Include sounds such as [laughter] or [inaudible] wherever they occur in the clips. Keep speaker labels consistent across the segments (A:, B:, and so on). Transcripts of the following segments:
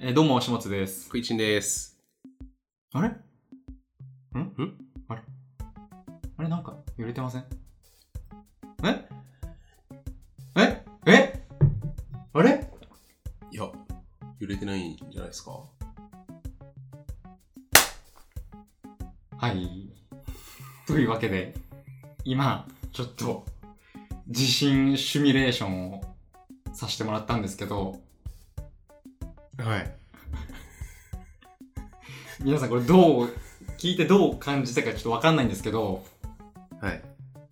A: えーどうも、しもつです。
B: クイチンです。
A: あれん
B: ん
A: あれあれなんか揺れてませんえええあれ
B: いや、揺れてないんじゃないですか。
A: はい。というわけで、今、ちょっと、地震シミュレーションをさせてもらったんですけど、
B: はい。
A: 皆さんこれどう、聞いてどう感じたかちょっとわかんないんですけど、
B: はい。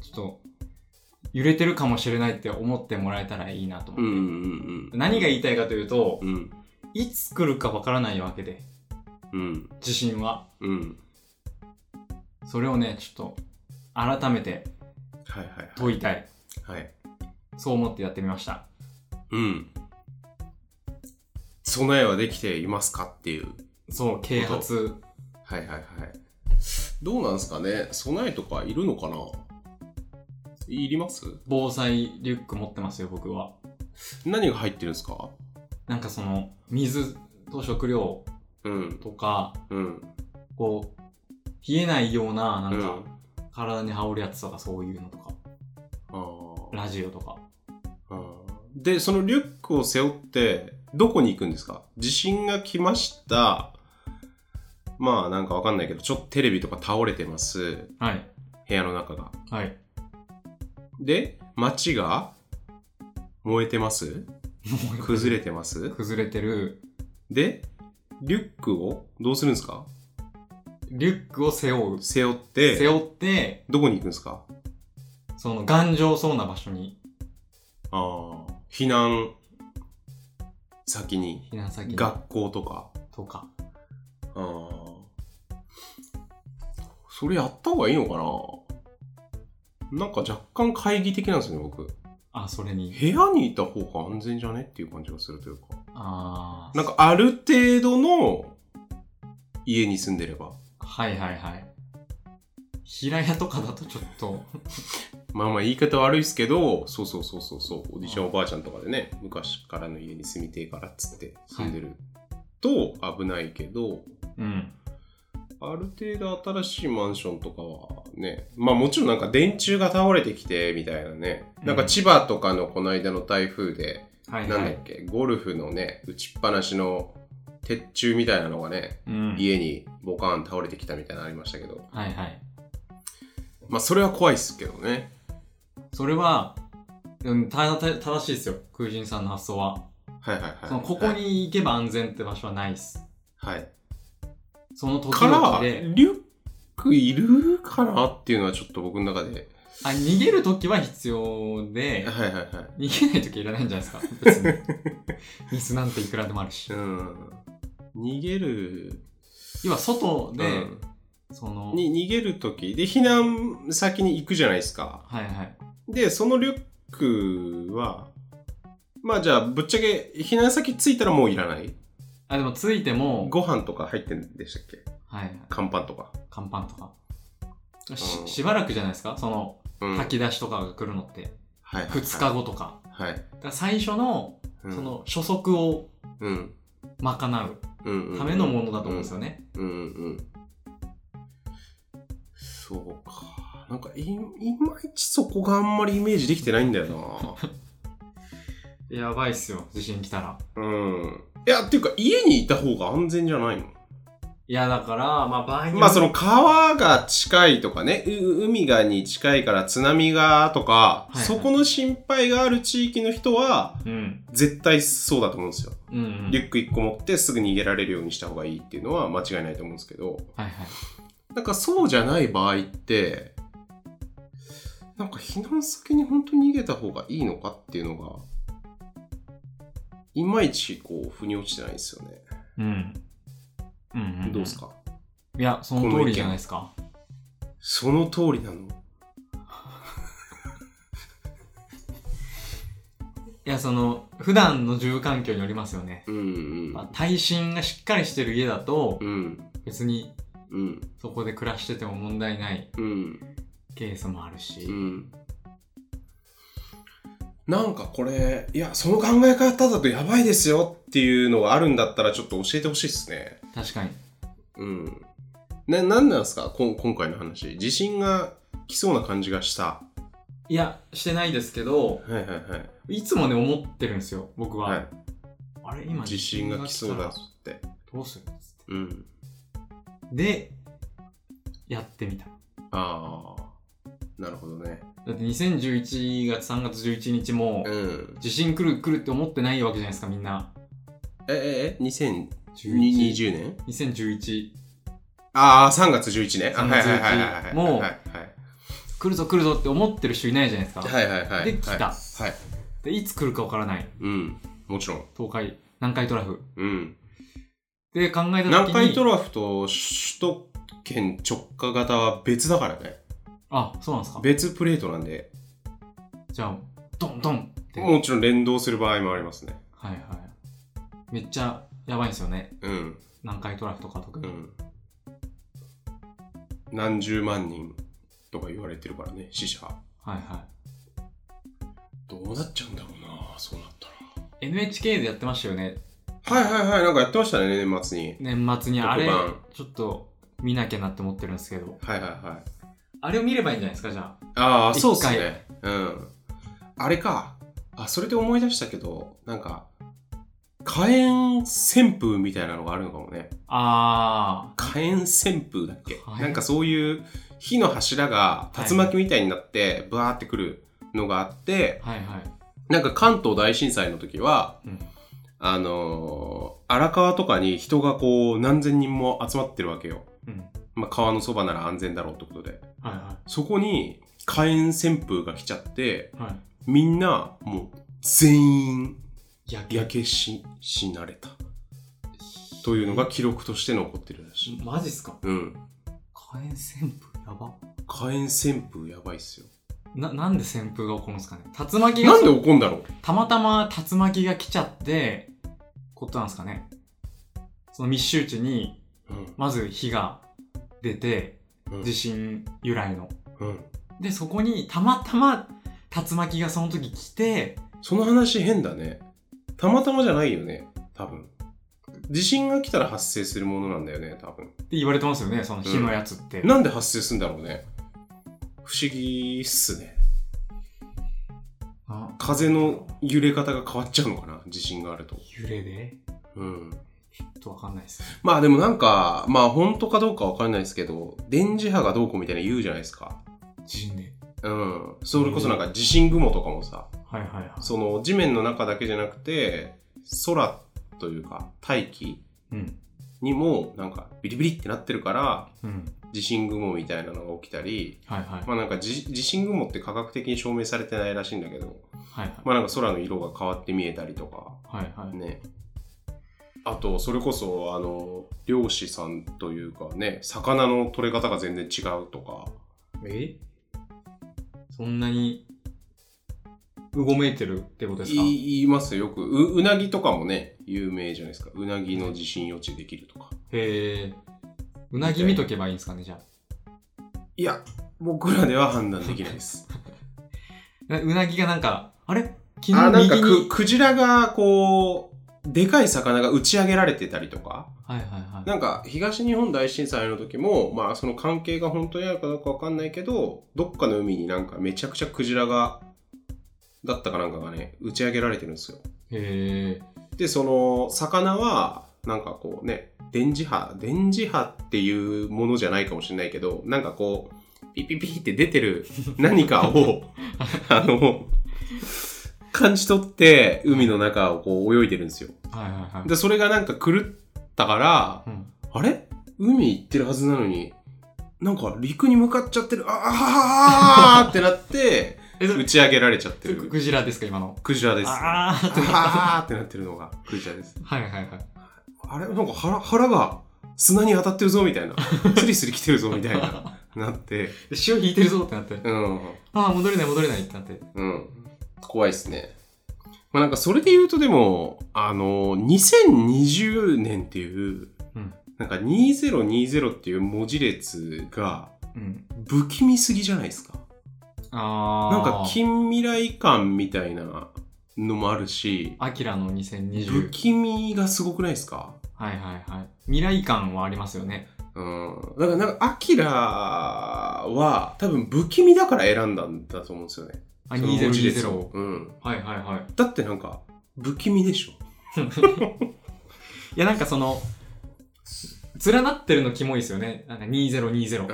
A: ちょっと、揺れてるかもしれないって思ってもらえたらいいなと
B: うん
A: 思
B: う
A: って。
B: んうん。
A: 何が言いたいかというと、
B: うん。
A: いつ来るかわからないわけで、
B: うん。
A: 地震は。
B: うん。
A: それをね、ちょっと、改めて
B: はいはいはい。
A: 問いたい。
B: はい。
A: そう思ってやってみました。
B: うん。備えはできていますかっていう。
A: そう、啓発。
B: はいはいはい。どうなんですかね備えとかいるのかないります
A: 防災リュック持ってますよ、僕は。
B: 何が入ってるんですか
A: なんかその、水と食料
B: うん。
A: とか、
B: うん。
A: こう、冷えないような、なん
B: う
A: か
B: ん、
A: 体に羽織るやつとかそういうのとか、
B: あー
A: ラジオとか。
B: あーで、そのリュックを背負って、どこに行くんですか地震が来ました。まあ、なんかわかんないけど、ちょっとテレビとか倒れてます。
A: はい。
B: 部屋の中が。
A: はい。
B: で、街が燃えてます崩れてます
A: 崩れてる、
B: で、リュックをどうするんですか
A: リュックを背負う。
B: 背負っ
A: 背
B: て、
A: 負って、
B: どこに行くんですか
A: その、頑丈そうな場所に、
B: ああ、避難先に、
A: 避難先に
B: 学校とか。
A: とか。
B: ああ。それやった方がいいのかななんか若干懐疑的なんですよね、僕。部
A: あ、それに。
B: 屋にいた方が安全じゃねっていう感じがするというか。
A: ああ。
B: なんかある程度の家に住んでれば。
A: はいはいはい。平屋とかだとちょっと、 [laughs]
B: まあまあ言い方悪いですけど、そうそうそうそうそう、おじいちゃんおばあちゃんとかでね、昔からの家に住みてえからっつって住んでると危ないけど、
A: うん。
B: ある程度新しいマンションとかはね、まあもちろんなんか電柱が倒れてきてみたいなね、なんか千葉とかのこの間の台風で、
A: はい
B: なん
A: は
B: だ
A: い
B: っ。け、ゴルフのね、打ちっぱなしの鉄柱みたいなのがね、
A: うん。
B: 家にボカーン倒れてきたみたいなのありましたけど、
A: はいはい。
B: まあそれは怖いっすけどね。
A: それは、うん、たた正しいですよ。空人さんの発想は。
B: はいはいはい。
A: そのここ。に行けば安全って場所はないっす。
B: はい。
A: その時
B: から、
A: 々
B: リ
A: で、
B: ュックいるかなっていうのはちょっと僕の中で。
A: あ、逃げる時は必要
B: [laughs]
A: で、
B: はいはいはい。
A: 逃げない時はいらないんじゃないですか。別
B: [laughs]
A: に。水なんていくらでもあるし
B: う。ん。逃げる。
A: 要は外で、
B: うん
A: その、
B: に逃げるとき、で、避難先に行くじゃないですか。
A: はいはい。
B: で、そのリュックは、まあじゃあ、ぶっちゃけ、避難先着いたらもういらない。
A: あ、でもついても、
B: ご飯とか入ってんでしたっけ
A: はいはい。
B: 乾パンとか。
A: 乾パンとか。
B: うん
A: ししばらくじゃないですかその、
B: うん。はい
A: 炊き出しとかが来るのって、
B: はいはい。
A: 2日後とか。
B: はい。
A: だから最初の、
B: うん
A: そ、の、初速を
B: うん。
A: 賄う
B: うんうん。
A: ためのものだと思うんですよね。
B: うんうんうん。そうか。なんかい、いまいちそこがあんまりイメージできてないんだよ
A: やばいっすよ、地震来たら。
B: な。うん。いや、っていうか、家にいた方が安全じゃないの
A: いや、だから、まあ場合によ
B: まあその川が近いとかね、う海がに近いから津波がとか、
A: はいはい
B: そこの心配がある地域の人は、
A: うん。
B: 絶対そうだと思うんですよ。
A: うん、うん。
B: リュック1個持ってすぐ逃げられるようにした方がいいっていうのは間違いないと思うんですけど、
A: はいはい。
B: なんかそうじゃない場合って、なんか避難先に本当に逃げた方がいいのかっていうのが、いまいちこう、腑に落ちてないですよね。
A: うん。うん、うんん
B: どうですか
A: いや、その通りじゃないですか。
B: その通りなの
A: いや、その、普段の住環境によりますよね。
B: うんうん
A: まあ、耐震がしっかりしてる家だと
B: う、ん。
A: 別に
B: うん。
A: そこで暮らしてても問題ない
B: うん。
A: ケースもあるし。
B: うん。なんかこれ、いや、その考え方だとやばいですよっていうのがあるんだったらちょっと教えてほしいですね。
A: 確かに。
B: うん。な、なんなんですかこん今回の話。地震が来そうな感じがした。
A: いや、してないですけど、
B: はいはいはい。
A: いつもね、思ってるんですよ、僕は。
B: はい、
A: あれ、今、
B: 地震が来そうだ
A: 地震が来
B: って。
A: たらどうするんです
B: うん。
A: で、やってみた。
B: ああ。なるほどね。
A: だって2011月3月11日も
B: う、ん。
A: 地震来る来るって思ってないわけじゃないですか、みんな。
B: え、え、え、2020
A: 11
B: 年
A: 2011。
B: ああ、3月11ね。あ
A: 3
B: はい
A: 月
B: はいはいはいはい。
A: 11もう
B: はい
A: 来るぞ来るぞって思ってる人いないじゃないですか。
B: はいはいはい。
A: で来た
B: はい。はい
A: で、いつ来るかわからない。
B: うん。もちろん。
A: 東海、南海トラフ。
B: うん。
A: で、考えた時に。
B: 南海トラフと首都圏直下型は別だからね。
A: あ、そうなんですか。
B: 別プレートなんで、
A: じゃあ、ドンドンって。はい
B: もちろん連動する場合もありますね。
A: はい。めっちゃやばいんですよね。
B: うん。
A: 南海トラフとか特
B: う
A: に。
B: ん。何十万人とか言われてるからね、死者。
A: はいは
B: どうなっちゃうんだろうな、そうなった
A: い。NHK でやってましたよね。
B: ら。はいはいはい、なんかやってましたね、年末に。
A: 年末にあれ
B: 特番、
A: ちょっと見なきゃなって思ってるんですけど。
B: はいはいはい。
A: あれを見ればいいんじゃないですか、じゃあ。
B: ああ、
A: 一回
B: そうっすね。うん。あれか。あ、それで思い出したけど、なんか、火炎旋風みたいなのがあるのかもね。
A: あ
B: 火炎旋風だっけ
A: 火炎
B: なんかそういう火の柱が竜巻みたいになって、ブワーってくるのがあって、
A: ー。はいはい。
B: なんか関東大震災の時は、
A: うん
B: あのー荒川とかに人がこう何千人も集まってるわけよ。
A: うん。
B: まあ、川のそばなら安全だろうってことで。
A: はいは
B: そこに火炎旋風が来ちゃって、
A: い。はい。
B: みんなもう全員
A: 焼け
B: 焼けし、死なれた。というのが記録として残ってるらしい。
A: マジっすか
B: うん。
A: 火炎旋風やば
B: 火炎旋風やばいっすよ。
A: ななんで旋風が起こるんですかね竜巻が
B: なんで怒んだろう
A: たまたま竜巻が来ちゃってことなんですかねその密集地に
B: うん
A: まず火が出て
B: うん
A: 地震由来の
B: うん。
A: でそこにたまたま竜巻がその時来て
B: その話変だね。たまたまじゃないよね。多分。地震が来たら発生するものなんだよね。多分。
A: って言われてますよねその火のやつって、
B: なんで発生するんだろうね。不思議っすね。
A: あ
B: 風の揺れ方が変わっちゃうのかな。地震があると。
A: 揺れで
B: うん。
A: ちょっとわかんないです
B: まあでもなんか、まあ本当かどうかわかんないですけど、電磁波がどうこうみたいな言うじゃないですか。
A: 地震で
B: うん。それこそなんか地震雲とかもさ、
A: はいはいはい
B: その地面の中だけじゃなくて、空というか大気
A: うん
B: にもなんかビリビリってなってるから、
A: うん
B: 地震雲みたいなのが起きたり、
A: はいはい
B: まあなんかじ地震雲って科学的に証明されてないらしいんだけど、
A: はいはい
B: まあなんか空の色が変わって見えたりとか、
A: はいはい
B: ね。あと、それこそ、あの、漁師さんというかね、魚の取れ方が全然違うとか、
A: えそんなにうごめいてるってことですか
B: い言いますよ、よくう。うなぎとかもね、有名じゃないですか。うなぎの地震予知できるとか。
A: へえうなぎ見とけばいいんですかねじゃ
B: いや、僕らでは判断できないです。
A: あうなぎがなんかあれ昨
B: あ、
A: 日
B: なん
A: 右
B: かく、
A: に
B: クジラが、こう、でかい魚が打ち上げられてたりとか、
A: はいはいはい
B: なんか東日本大震災の時も、まあその関係が本当にあるかどうかわかんないけど、どっかの海になんかめちゃくちゃクジラが、だったかなんかがね、打ち上げられてるんですよ。
A: へえ
B: で、その魚は、なんかこうね、電磁波、電磁波っていうものじゃないかもしれないけど、なんかこう、ピピピって出てる [laughs] 何かを、あの、感じ取って海の中をこう泳いでるんですよ。
A: はいはいはい
B: で、それがなんか狂ったから、
A: うん
B: あれ海行ってるはずなのに、なんか陸に向かっちゃってる、あーってなって、
A: えそ
B: 打
A: れ
B: ち上げられちゃって
A: ク
B: る
A: クジラですか今の
B: クジラです。
A: あ
B: あ
A: あーって
B: ーってなってるのがクジラです。
A: [laughs] はいはいはい
B: あれなんか腹腹が砂に当たってるぞみたい
A: [laughs]
B: な。スリスリ来てるぞみたいな。なって。
A: で潮引いてるぞってなって
B: うん。
A: ああ戻れない戻れないってなって
B: うん。怖いっすね。まあなんかそれで言うとでも、あの、2020年っていう、
A: うん
B: なんか2020っていう文字列が
A: うん
B: 不気味すぎじゃないですか。
A: ああ。
B: なんか近未来感みたいなのもあるし、
A: アキラの2020。
B: 不気味がすごくないですか
A: はいはいはい。未来感はありますよね。
B: うん。だからなんか、アキラは多分不気味だから選んだんだと思うんですよね。
A: あ、
B: その文字列
A: 2020
B: を。。うん。
A: はいはいはい。 [laughs]
B: だってなんか、不気味でしょ。
A: いやなんかその、連なってるのキモいですよね。なんか2020。
B: う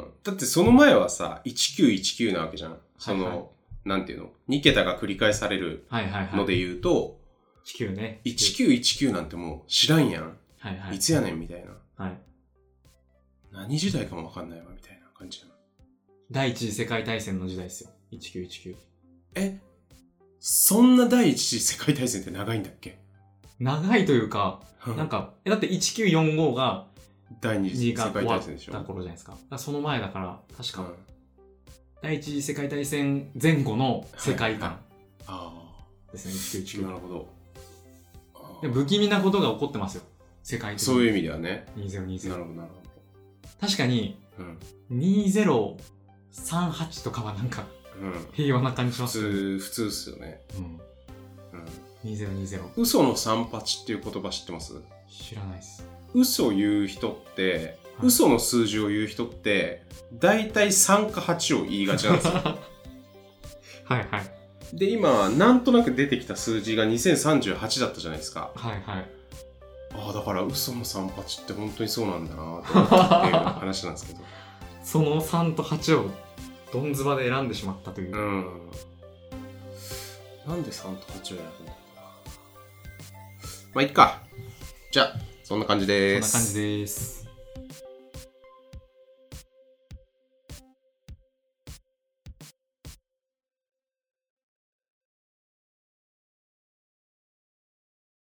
B: ん。だってその前はさ、1919なわけじゃん。その、
A: はいは
B: なんていうの ?2 桁が繰り返される
A: はいはいはい。
B: ので言うと、
A: 地球ね。
B: 1919なんてもう知らんやん。
A: はいはいい。
B: つやねんみたいな。
A: はい。
B: 何時代かもわかんないわみたいな感じやん。
A: 第一次世界大戦の時代ですよ。1919。
B: えそんな第一次世界大戦って長いんだっけ
A: 長いというか、
B: うん
A: なんか、えだって1945が
B: 第二次
A: 次
B: 世
A: が終
B: 界
A: わ
B: 大
A: っ
B: 戦でしょ。
A: た頃じゃないですか。だからその前だから、確
B: う
A: か、
B: ん
A: 第一次世界大戦前後の世界観
B: あ
A: ですね、
B: あ、な
A: 1919。
B: るほど。
A: で不気味なことが起こってますよ。世界的に。
B: そういう意味ではね。
A: 2020。
B: なるほど、なる
A: 確かに、
B: ほど。うん。
A: 2038とかはなんか
B: うん、
A: 平和な感じし
B: 普
A: ますよね。
B: 通、普通っすよね。
A: うん。
B: うん。
A: 2020。
B: 嘘の三八っていう言葉知ってます
A: 知らないっす。
B: 嘘を言う人って、
A: はい
B: 嘘の数字を言う人って、大体3か8を言いがちなん
A: [laughs]
B: ですよ。
A: はいはい。
B: で、今、なんとなく出てきた数字が2038だったじゃないですか。
A: はいはい。
B: ああ、だから嘘の三八って本当にそうなんだなと思ったっていう話なんですけど。
A: その3と8をどんずばで選んでしまったという。
B: うん。なんで3と8を選ぶんだろうな。まあ、いっか。じゃあ、そんな感じ
A: そん
B: で
A: な
B: す。
A: 感じです。